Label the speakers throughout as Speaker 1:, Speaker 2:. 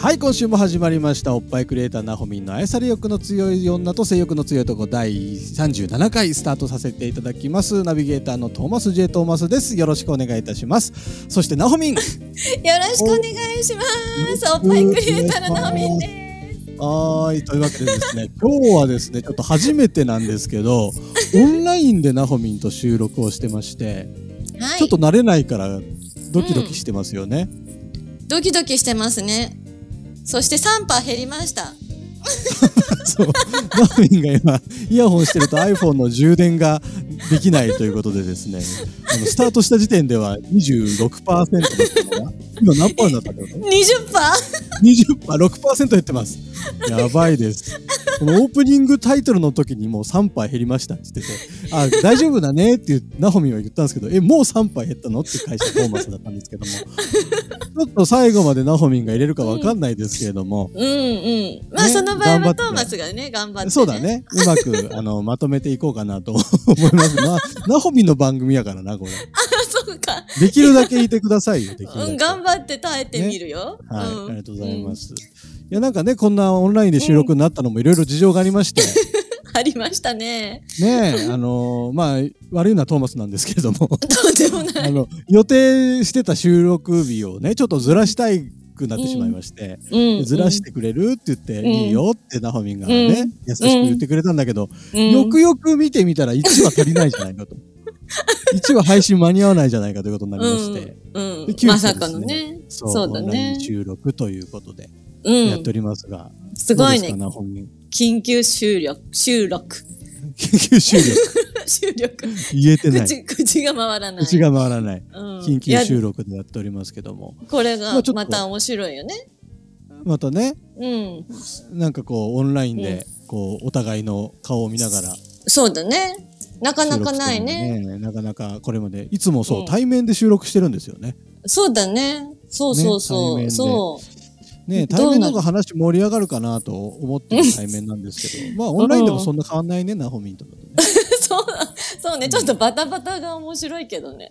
Speaker 1: はい今週も始まりましたおっぱいクリエイターなほみんの愛され欲の強い女と性欲の強い男第37回スタートさせていただきますナビゲーターのトーマス J トーマスですよろしくお願いいたしますそしてなほみん
Speaker 2: よろしくお願いします。おっぱいクリエイターのナオミンです。
Speaker 1: はーいというわけでですね今日はですねちょっと初めてなんですけどオンラインでなほみんと収録をしてまして、
Speaker 2: はい、
Speaker 1: ちょっと慣れないからドキドキしてますよね、
Speaker 2: ドキドキしてますね。そして3パー減りました。
Speaker 1: そうなほみんが今イヤホンしてると iPhone の充電ができないということでですねあのスタートした時点では26%だったのが今何パーになったってこと
Speaker 2: 20パー
Speaker 1: ?20%6% 減ってますやばいですこのオープニングタイトルの時にもう3杯減りましたって言ってて「あ大丈夫だね」っていうナホミンは言ったんですけど「えもう3杯減ったの?」って会社トーマスだったんですけどもちょっと最後までナホミンが入れるかわかんないですけれども、
Speaker 2: うんうん。まあ、
Speaker 1: ね
Speaker 2: その場合
Speaker 1: 頑張っ
Speaker 2: は
Speaker 1: て
Speaker 2: トーマスがね、頑張って、
Speaker 1: そうだ。ね。うまく、あの、まとめていこうかなと 思います。まあ、ナホミの番組やからな、これ。
Speaker 2: そうか。
Speaker 1: できるだけいてくださいよ、できるだ
Speaker 2: う
Speaker 1: け。
Speaker 2: ん、頑張って耐えてみるよ。
Speaker 1: はい、
Speaker 2: うん
Speaker 1: ありがとうございます。いや、なんかね、こんなオンラインで収録になったのもいろいろ事情がありま して、
Speaker 2: ありましたね。
Speaker 1: ねえ、あのまあ、悪いのはトーマスなんですけれど も、
Speaker 2: とんでもな
Speaker 1: あ
Speaker 2: い。
Speaker 1: の、予定してた収録日をね、ちょっとずらしたいくなってしまいまして、
Speaker 2: うん、
Speaker 1: ずらしてくれるって言って、
Speaker 2: ん
Speaker 1: いいよってナホミンがね、
Speaker 2: うん
Speaker 1: 優しく言ってくれたんだけど、
Speaker 2: うん、
Speaker 1: よくよく見てみたら1話足りないじゃないか と。1話配信間に合わないじゃないかということになりまして。
Speaker 2: うん、う
Speaker 1: で
Speaker 2: ん
Speaker 1: 急遽
Speaker 2: まさかのね。
Speaker 1: そう
Speaker 2: そうだね
Speaker 1: オンライン収録ということで
Speaker 2: う
Speaker 1: やっ
Speaker 2: ん
Speaker 1: てお、りますが、
Speaker 2: すご
Speaker 1: どうで
Speaker 2: い
Speaker 1: すか
Speaker 2: ね。
Speaker 1: な本人
Speaker 2: 緊急収録、収録、
Speaker 1: 緊急収録
Speaker 2: 収録。
Speaker 1: 言えてない
Speaker 2: 口、口が回らない。
Speaker 1: 口が回らない
Speaker 2: うん、
Speaker 1: 緊急
Speaker 2: い
Speaker 1: 収録でやっておりますけども
Speaker 2: やこれ
Speaker 1: まあ
Speaker 2: が
Speaker 1: ちょっと
Speaker 2: また面白いよね。
Speaker 1: またね
Speaker 2: うん。
Speaker 1: なんかこうオンラインでこうお互いの顔を見ながら
Speaker 2: そうだね。なか
Speaker 1: 収録
Speaker 2: なかないね。
Speaker 1: してるのねなかなかこれまでいつもそううん対面で収録してるんですよね
Speaker 2: そうだね。そうそうそ
Speaker 1: ね対面
Speaker 2: う。
Speaker 1: で
Speaker 2: そう。
Speaker 1: ね、
Speaker 2: どうな
Speaker 1: 対面の方が話盛り上がるかなと思ってる対面なんですけど、まあオンラインでもそんな変わんないね、ナホミンとだとね。
Speaker 2: そう、そうね。ちょっとバタバタが面白いけどね。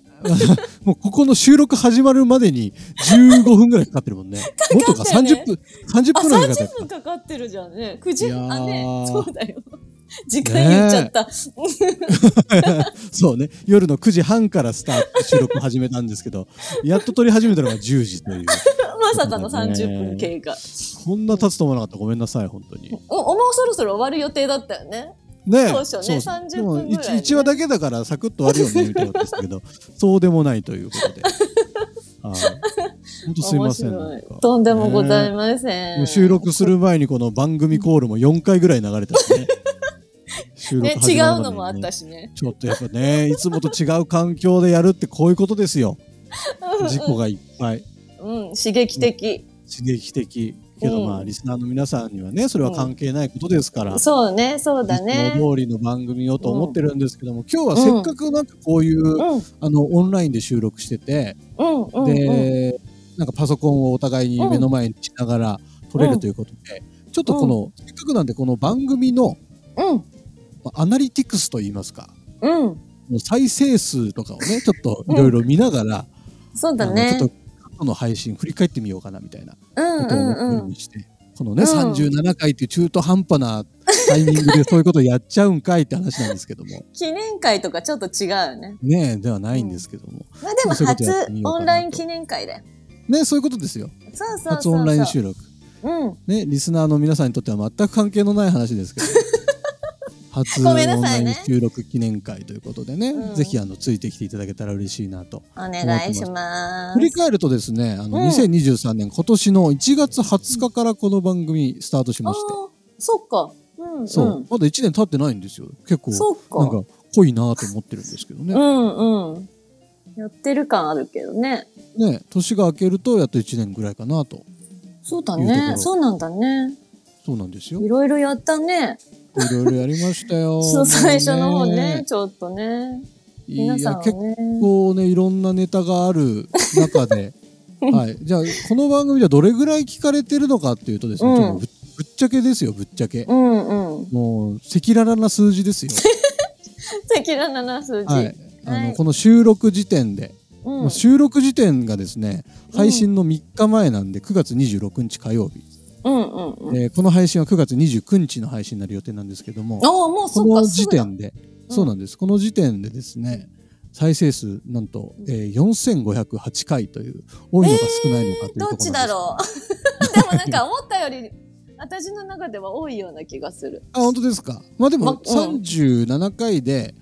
Speaker 1: もうここの収録始まるまでに15分ぐらいかかってるもんね。もっとか
Speaker 2: かって
Speaker 1: 30
Speaker 2: るね
Speaker 1: 分、30
Speaker 2: あ、
Speaker 1: 分ぐらいかかってる
Speaker 2: 30。分かかってるじゃんね。9
Speaker 1: い
Speaker 2: 時
Speaker 1: やー
Speaker 2: あね。そうだよ。 時間言っちゃった。
Speaker 1: そうね、夜の9時半からスタート収録始めたんですけど、やっと撮り始めたのが10時という。
Speaker 2: まさかの
Speaker 1: そうだね
Speaker 2: 30分経過。
Speaker 1: こんな経つと思わなかった。ごめんなさい、本当に。ね
Speaker 2: お、もうそろそろ終わる予定だったよね。
Speaker 1: え、
Speaker 2: 当初ね30
Speaker 1: でも
Speaker 2: 分ぐらいで
Speaker 1: 1, 話だけだからサクッと終わるよね、みたいなんですけ ど、そうでもないということで。はい。本当すいません。な
Speaker 2: 面
Speaker 1: ん
Speaker 2: 白
Speaker 1: か
Speaker 2: い。とんでもございませ。
Speaker 1: もうん収録する前にこの番組コールも4回ぐらい流れた しね。収
Speaker 2: ね、
Speaker 1: 録始
Speaker 2: 違
Speaker 1: まるまでにね
Speaker 2: うのもあったしね。
Speaker 1: ちょっとやっぱね、いつもと違う環境でやるってこういうことですよ。事故がいっぱい、
Speaker 2: うん、刺激的。
Speaker 1: 刺激的。けどまあ、
Speaker 2: うん
Speaker 1: リスナーの皆さんにはね、それは関係ないことですから。
Speaker 2: そうね、そうだ
Speaker 1: いつ
Speaker 2: ね。
Speaker 1: も通りの番組をと思ってるんですけども、今日はせっかくなんかこういう、
Speaker 2: うん、
Speaker 1: あのオンラインで収録してて、
Speaker 2: うん、うん。うん
Speaker 1: で、なんかパソコンをお互いに目の前にしながら撮れるということで、ちょっとこの、せっかくなんでこの番組の
Speaker 2: うん、
Speaker 1: まあアナリティクスといいますか、
Speaker 2: うん。
Speaker 1: もう再生数とかを ね、ちょっといろいろ見ながら、
Speaker 2: そうだ
Speaker 1: あの
Speaker 2: ね
Speaker 1: ちょ。っと過去の配信振り返ってみようかなみたいなこ
Speaker 2: うん
Speaker 1: とを思って
Speaker 2: う
Speaker 1: る
Speaker 2: ん
Speaker 1: よ
Speaker 2: う。
Speaker 1: うんにして、このね、
Speaker 2: うん
Speaker 1: 37回っていう中途半端なタイミン グでそういうことやっちゃうんかいって話なんですけども
Speaker 2: 記念会とかちょっと違うよね。
Speaker 1: ねえではないんですけども、
Speaker 2: まあでも
Speaker 1: そういうこと
Speaker 2: 初
Speaker 1: やってみようかなと
Speaker 2: オンライン記念会だよ。
Speaker 1: ねそういうことですよ
Speaker 2: そうそうそうそう。
Speaker 1: 初オンライン収録
Speaker 2: うん。
Speaker 1: ねリスナーの皆さんにとっては全く関係のない話です けど初オ
Speaker 2: ご
Speaker 1: ン
Speaker 2: めんな
Speaker 1: ラ
Speaker 2: さ
Speaker 1: イ
Speaker 2: い
Speaker 1: ン
Speaker 2: ね
Speaker 1: 収録記念会ということでね、
Speaker 2: うん
Speaker 1: ぜひあのついてきていただけたら嬉しいなと
Speaker 2: お願いします
Speaker 1: 振。り返るとですねあの、
Speaker 2: うん
Speaker 1: 2023年今年の1月20日からこの番組スタートし
Speaker 2: あ
Speaker 1: ま
Speaker 2: あ
Speaker 1: して、
Speaker 2: そっか。うん。
Speaker 1: そう、
Speaker 2: ん。
Speaker 1: まだ1年経ってないんですよ結構
Speaker 2: そっ
Speaker 1: なん
Speaker 2: か。
Speaker 1: か濃いなと思ってるんですけどね、
Speaker 2: うんうん。よやってる感あるけどね。
Speaker 1: ね年が明けるとやっと1年ぐらいかなと
Speaker 2: そうだ
Speaker 1: いうとこ
Speaker 2: ね。
Speaker 1: ろ
Speaker 2: そうなんだね。
Speaker 1: そうなんですよ
Speaker 2: いろいろやったね。
Speaker 1: いろいろやりましたよ
Speaker 2: そう、最初の方ね、
Speaker 1: ね
Speaker 2: ちょっとね。
Speaker 1: いや
Speaker 2: 皆さん
Speaker 1: 結
Speaker 2: はね。
Speaker 1: 構ねいろんなネタがある中 ではいじゃあこの番組ではどれぐらい聞かれてるのかっていうとですね、
Speaker 2: うん
Speaker 1: ちょっとぶぶっちゃけですよぶっちゃけ、
Speaker 2: うん うん。
Speaker 1: もう赤裸々な数字 ですよ
Speaker 2: 赤裸々な数字。
Speaker 1: はいあの、
Speaker 2: はい
Speaker 1: この収録時点で、
Speaker 2: うん
Speaker 1: もう収録時点がですね
Speaker 2: うん
Speaker 1: 配信の3日前なんで9月26日火曜日、
Speaker 2: うんうんうん。
Speaker 1: えーこの配信は9月29日の配信になる予定なんですけども
Speaker 2: ああ、もうそ
Speaker 1: この
Speaker 2: っか、
Speaker 1: 時
Speaker 2: すぐだ。
Speaker 1: 点で、
Speaker 2: うん
Speaker 1: そうなんですこの時点でですね再生数なんと、えー、4508回という多いのか少ないのかというところ
Speaker 2: ど
Speaker 1: なん
Speaker 2: っ
Speaker 1: です
Speaker 2: ち
Speaker 1: け
Speaker 2: だろう。 でもなんか思ったより、私の中では多いような気がする。
Speaker 1: あ本当ですかまあでも
Speaker 2: まうん
Speaker 1: 37回で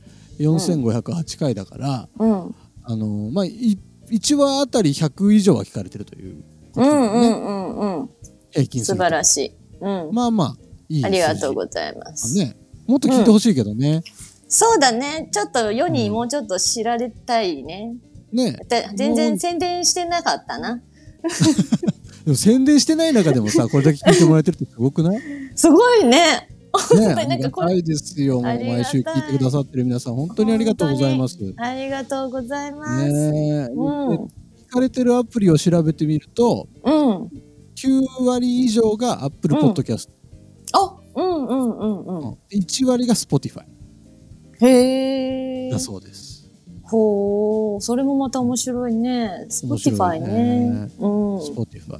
Speaker 1: 4508回だから、
Speaker 2: うん。うん
Speaker 1: あのまあい1話あたり100以上は聞かれてるというこ
Speaker 2: う
Speaker 1: とで
Speaker 2: んう
Speaker 1: ね
Speaker 2: んうん
Speaker 1: 平
Speaker 2: うん。
Speaker 1: 均す
Speaker 2: 素
Speaker 1: る
Speaker 2: 晴
Speaker 1: と
Speaker 2: らしい。うん。
Speaker 1: まあまあいい
Speaker 2: あ
Speaker 1: 数
Speaker 2: り
Speaker 1: 字
Speaker 2: がとうございます。
Speaker 1: ねもっと聞いてほしいけどね、
Speaker 2: そうだね。ちょっと世にもうちょっと知られたいね。
Speaker 1: ね
Speaker 2: で全然宣伝してなかったな。
Speaker 1: でも宣伝してない中でもさこれだけ聞いてもらえてるってすごくない
Speaker 2: すごいね。
Speaker 1: ね、
Speaker 2: 当に な
Speaker 1: あ
Speaker 2: ん
Speaker 1: り
Speaker 2: か
Speaker 1: が
Speaker 2: これ
Speaker 1: たいですよ。もう
Speaker 2: ありがたい
Speaker 1: 毎週聞いてくださってる皆さん、本当にありがとうございます。ね
Speaker 2: ありがとうございます。
Speaker 1: え、
Speaker 2: うん
Speaker 1: で。聞かれてるアプリを調べてみると、
Speaker 2: うん。
Speaker 1: 9割以上が Apple
Speaker 2: うん
Speaker 1: Podcast、
Speaker 2: あ、うんうんうんうん。
Speaker 1: 1割が Spotify
Speaker 2: へえ。
Speaker 1: だそうです。
Speaker 2: ほう、それもまた面白いね。
Speaker 1: 面白
Speaker 2: Spotify
Speaker 1: い
Speaker 2: ね。
Speaker 1: ね
Speaker 2: うん。
Speaker 1: Spotify。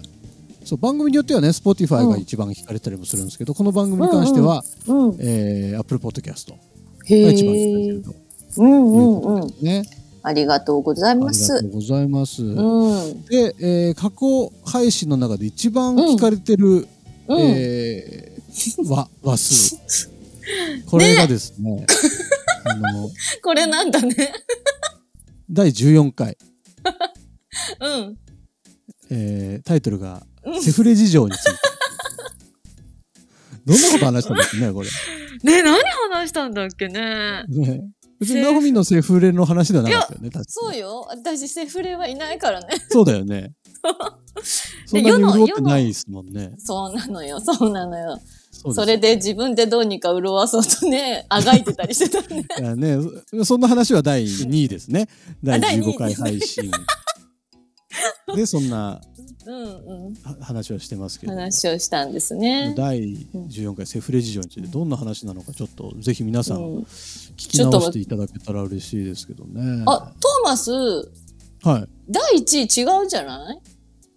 Speaker 1: そう番組によってはね、Spotify が一番聞かれたりもするんですけど、この番組に関しては、
Speaker 2: うん。
Speaker 1: えー Apple Podcast が一番聞かれて
Speaker 2: へ
Speaker 1: る
Speaker 2: え。
Speaker 1: という
Speaker 2: うんうんう
Speaker 1: こ
Speaker 2: ん
Speaker 1: と。でね。
Speaker 2: ありがとうござい
Speaker 1: あ
Speaker 2: ま
Speaker 1: りがと
Speaker 2: す。
Speaker 1: うございます。
Speaker 2: うん。
Speaker 1: で、えー過去配信の中で一番聞かれてる、
Speaker 2: うん。
Speaker 1: えー、 わ話数 これがですねあの
Speaker 2: これなんだね。
Speaker 1: 第14回、
Speaker 2: うん。
Speaker 1: えータイトルが「
Speaker 2: うん
Speaker 1: セフレ事情について」どんなこと話したんですかねこれ、
Speaker 2: ね、何話したんだっけね。
Speaker 1: ね、別にナホミのセフレの話ではなかったよね確かに
Speaker 2: そうよ。私、セフレはいないからね。
Speaker 1: そうだよねそんな
Speaker 2: 世
Speaker 1: に
Speaker 2: の
Speaker 1: 潤ってないですもんね
Speaker 2: そうなのよ。そうなのよ。
Speaker 1: そうです
Speaker 2: それで自分でどうにか潤わそうとね、あがいてたりしてたね。
Speaker 1: いやねそそんな話は第2位ですね第
Speaker 2: 第二
Speaker 1: 15
Speaker 2: 位
Speaker 1: 回配信でそんな
Speaker 2: うんうん。
Speaker 1: は話をしてますけど
Speaker 2: 話をしたんですね。
Speaker 1: 第14回セフレ事情についてどんな話なのかちょっとぜひ皆
Speaker 2: う
Speaker 1: さん
Speaker 2: ん、
Speaker 1: 聞き直していただけたら嬉しいですけどね。
Speaker 2: あ、トーマス、
Speaker 1: はい。
Speaker 2: 第1位違うんじゃない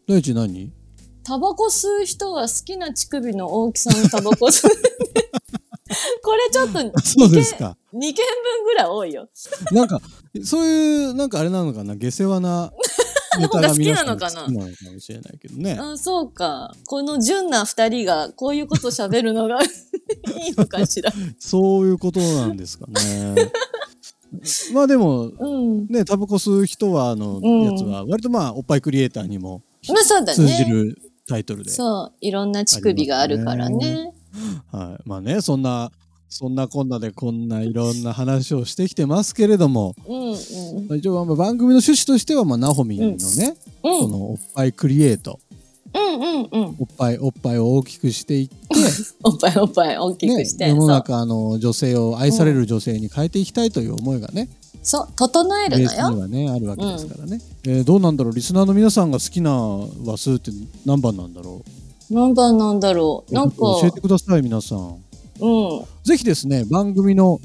Speaker 1: 第一何？
Speaker 2: タバコ吸う人が好きな乳首の大きさのタバコ 吸う。これちょっと
Speaker 1: そうですか。
Speaker 2: 2件分ぐらい多いよ。
Speaker 1: なんかそういうなんかあれなのかな下世話なネタが皆さん
Speaker 2: の方が好きな
Speaker 1: 好
Speaker 2: のかな
Speaker 1: きなのかもしれないけどね。
Speaker 2: あそうか。この純な2人がこういうこと喋 るのがいいのかしら。
Speaker 1: そういうことなんですかね。まあでも
Speaker 2: うん。
Speaker 1: ねタバコ吸う人はあの
Speaker 2: うん
Speaker 1: やつは割とまあおっぱいクリエイターにも
Speaker 2: まあそうだね。
Speaker 1: 通じるタイトルで。
Speaker 2: そう、いろんな乳首があるから
Speaker 1: あり
Speaker 2: ね。
Speaker 1: はい、まあねそんなそんなこんなでこんないろんな話をしてきてますけれども
Speaker 2: うんうん。
Speaker 1: まあ一応まあ番組の趣旨としてはまあナホミンのね、
Speaker 2: う
Speaker 1: そ
Speaker 2: ん
Speaker 1: のおっぱいクリエイト
Speaker 2: うんうんうん。
Speaker 1: おっぱいおっぱいを大きくしていって
Speaker 2: おっぱいおっぱい大きく
Speaker 1: ね、
Speaker 2: して。
Speaker 1: 世の
Speaker 2: そう
Speaker 1: 中の女性を愛される女性に変えていきたいという思いがね、
Speaker 2: そう、整える
Speaker 1: ベー
Speaker 2: の
Speaker 1: ス
Speaker 2: よ。
Speaker 1: にはねあるわけですからね、えーどうなんだろうリスナーの皆さんが好きな話数って何番なんだろ
Speaker 2: 何番なんだろう。
Speaker 1: う
Speaker 2: なんか、
Speaker 1: 教えてください皆さん
Speaker 2: うん。
Speaker 1: ぜひですね、番組の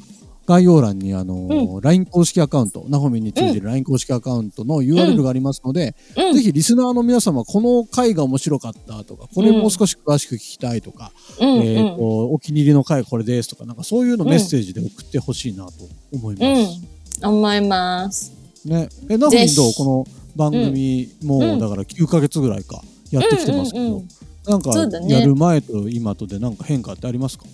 Speaker 1: 概要欄にあのー LINE 公式アカウント、ナホミンについてる LINE 公式アカウントの URL がありますので、
Speaker 2: うん
Speaker 1: ぜひリスナーの皆様、この回が面白かったとか、これもう少し詳しく聞きたいとか、
Speaker 2: うん
Speaker 1: えーと
Speaker 2: うん
Speaker 1: お気に入りの回これですとか、なんかそういうの
Speaker 2: うん
Speaker 1: メッセージで送ってほしいなと思いま
Speaker 2: うん。思います。
Speaker 1: す。ね、えナホミンど
Speaker 2: ぜ
Speaker 1: う
Speaker 2: ひ
Speaker 1: この番組、もうだから9ヶ月ぐらいかやってきてますけど、
Speaker 2: うんうんうん
Speaker 1: なんか
Speaker 2: そうだね
Speaker 1: やる前と今とでなんか変化ってありますか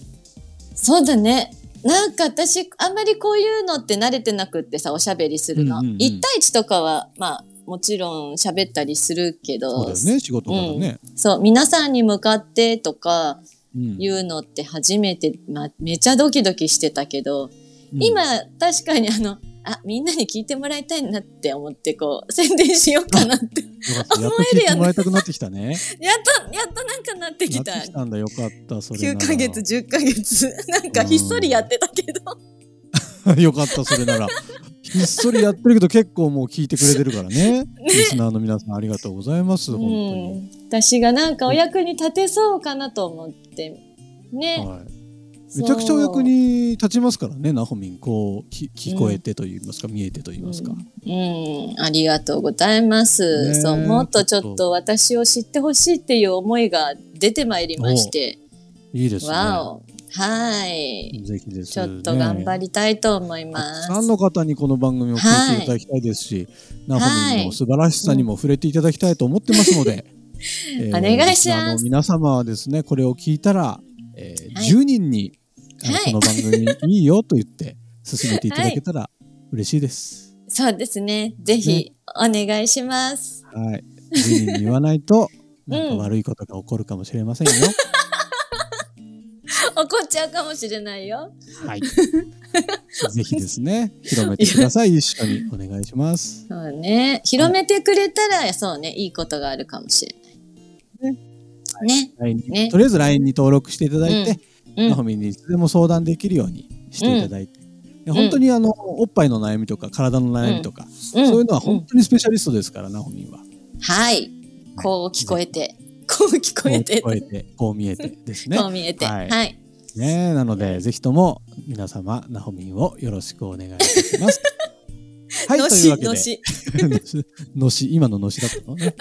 Speaker 2: そうだね。なんか私、あんまりこういうのって慣れてなくってさ、おしゃべりするの。
Speaker 1: うんうんうん
Speaker 2: 1対1とかは、まあ、もちろん喋ったりするけ
Speaker 1: そうだ
Speaker 2: ど、
Speaker 1: よね、仕事からね。
Speaker 2: そう皆さんに向かってとか
Speaker 1: うん
Speaker 2: 言うのって初めて、まあ、めちゃドキドキしてたけど、
Speaker 1: うん
Speaker 2: 今、確かにあの、あ、みんなに聞いてもらいたいなって思って、こう、 宣伝しようかなって。
Speaker 1: よかった。やっと聞いてもらいたくなってきたね。
Speaker 2: やっと、やっとなんかなってきた。
Speaker 1: なってきたんだ。よかった。それな
Speaker 2: 9
Speaker 1: ら。
Speaker 2: ヶ月、10ヶ月。なんかひっそりやってたけど。
Speaker 1: よかった、それなら。ひっそりやってるけど結構もう聞いてくれてるから ね。リスナーの皆さんありがとうございます。本当に。
Speaker 2: うん、私がなんかお役に立てそうかなと思ってね、
Speaker 1: はい。めちゃくちゃお役に立ちますからね、ナホミン。こう、き聞こえてと言いますか、見えてと言いますか。
Speaker 2: そううんありがとうございます、
Speaker 1: ねえ
Speaker 2: そうもっとち
Speaker 1: ち
Speaker 2: ょ
Speaker 1: ょ
Speaker 2: っ
Speaker 1: っ
Speaker 2: と
Speaker 1: と
Speaker 2: 私を知ってほしいっていう思いが出てまいりまして
Speaker 1: いいですね。
Speaker 2: わおはい
Speaker 1: ぜひです
Speaker 2: ち
Speaker 1: ね。
Speaker 2: ょっと頑張
Speaker 1: り
Speaker 2: りたいと思いま
Speaker 1: たく
Speaker 2: す、
Speaker 1: さんの方にこの番組を聞いていただきたいですし、ナホミンの素晴らしさにも触れていただきたいと思ってますので、えー
Speaker 2: お願いし
Speaker 1: リスナー
Speaker 2: ます
Speaker 1: の皆様はですね、これを聞いたら、えー
Speaker 2: はい
Speaker 1: 10人に、あの
Speaker 2: はい
Speaker 1: この番組いいよと言って進めていただけたら嬉しいです。
Speaker 2: そうですねぜひお願いします、
Speaker 1: はい。10人に言わない と、なんか悪いことが起こるかもしれませんよ。
Speaker 2: 怒っちゃうかもしれないよ
Speaker 1: はい。ぜひですね、広めてくだ さい。一緒にお願いします。
Speaker 2: そうね広めてくれたらそうねいいことがあるかもしれないね
Speaker 1: LINE に
Speaker 2: ね
Speaker 1: とりあえず LINE に登録していただいて、
Speaker 2: うんうん
Speaker 1: ナホミンにいつでも相談できるようにしていただいて、で本当にあのおっぱいの悩みとか体の悩みとか、
Speaker 2: うん
Speaker 1: そういうのは本当にスペシャリストですから、ナホミンは。
Speaker 2: はい。こう聞こえて、こう聞こえて、
Speaker 1: こ
Speaker 2: こ
Speaker 1: う聞こえてこう見えてですね。
Speaker 2: う見えて。は。
Speaker 1: はいいねなのでぜひとも皆様ナホミンをよろしくお願いいたし ます。はい
Speaker 2: の
Speaker 1: という
Speaker 2: し
Speaker 1: わ、けで
Speaker 2: のし。
Speaker 1: のし今ののしだったの ね。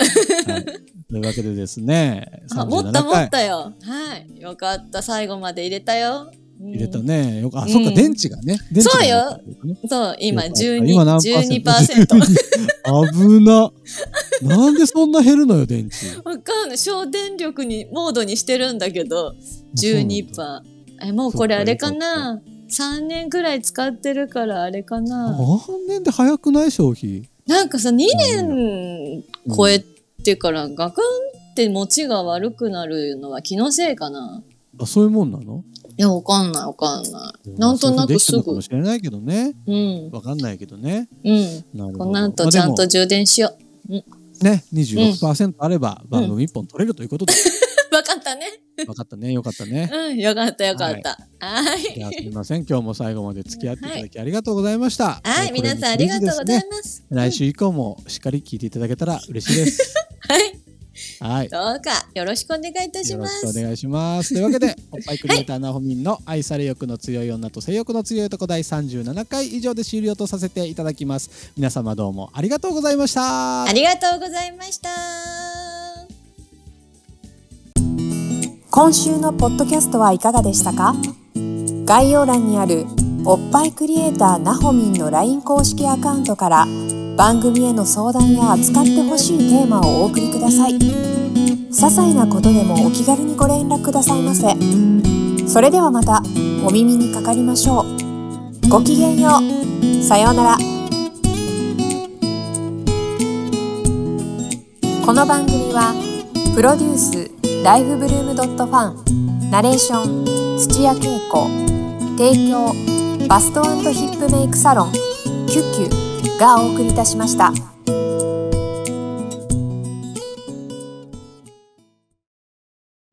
Speaker 1: はい、というわけでですね
Speaker 2: あ、
Speaker 1: 37
Speaker 2: 持った持っ
Speaker 1: 回
Speaker 2: たよ。はい。よかった。最後まで入れたよ。うん
Speaker 1: 入れたね。よくあ、
Speaker 2: うん
Speaker 1: そっか電池がね。電池がなかったけどね。
Speaker 2: そう、今
Speaker 1: よかった
Speaker 2: 12、
Speaker 1: 今何パーセント
Speaker 2: 12%。
Speaker 1: 12危な。なんでそんな減るのよ電池。
Speaker 2: わかんない。省電力に、モードにしてるんだけど、
Speaker 1: そうなんだ。
Speaker 2: 12%。え、もうこれあれかな ?3 年くらい使ってるからあれかな
Speaker 1: 何年で早くない消費。
Speaker 2: なんかさ、2年超えてからガクンって持ちが悪くなるのは気のせいかな
Speaker 1: あそういうもんなの。
Speaker 2: いや、わかんない、わかんない。なんとなくす
Speaker 1: そういうふうに
Speaker 2: ぐ
Speaker 1: で。きたのかもしれないけどね。
Speaker 2: うん。
Speaker 1: わかんないけどね。
Speaker 2: うん。
Speaker 1: なるほど
Speaker 2: この後ちゃんと充電しよう。
Speaker 1: まあでもね、26%あれば番組一本取れるということで。
Speaker 2: わかったね。
Speaker 1: わかったね。よかったね。
Speaker 2: うん、よかったよかった。は
Speaker 1: じゃあす
Speaker 2: い。
Speaker 1: みません。今日も最後まで付き合っていただきありがとうございました。
Speaker 2: はい、
Speaker 1: えーこれ
Speaker 2: 皆
Speaker 1: に
Speaker 2: さんありがとうござい
Speaker 1: 続きで
Speaker 2: ます。
Speaker 1: すね来週以降もしっかり聞いていただけたら嬉しい です。
Speaker 2: はい。
Speaker 1: はい。
Speaker 2: どうかよろしくお願いいたし
Speaker 1: よ
Speaker 2: ま
Speaker 1: ろし
Speaker 2: す。
Speaker 1: くお願いします。というわけで、 おっぱいクリエイターなほみんの愛され欲の強い女と性欲の強い男第37回以上で終了とさせていただきます。皆様どうもありがとうございました
Speaker 2: あ。りがとうございました。
Speaker 3: 今週のポッドキャストはいかがでしたか概要欄にあるおっぱいクリエイターなほみんの LINE 公式アカウントから番組への相談や扱ってほしいテーマをお送りください些細なことでもお気軽にご連絡くださいませそれではまたお耳にかかりましょうごきげんようさようならこの番組は「プロデュースライフブルームドットファンナレーション土屋恵子提供バストヒップメイクサロン「キュッキュ」がお送りいたしました。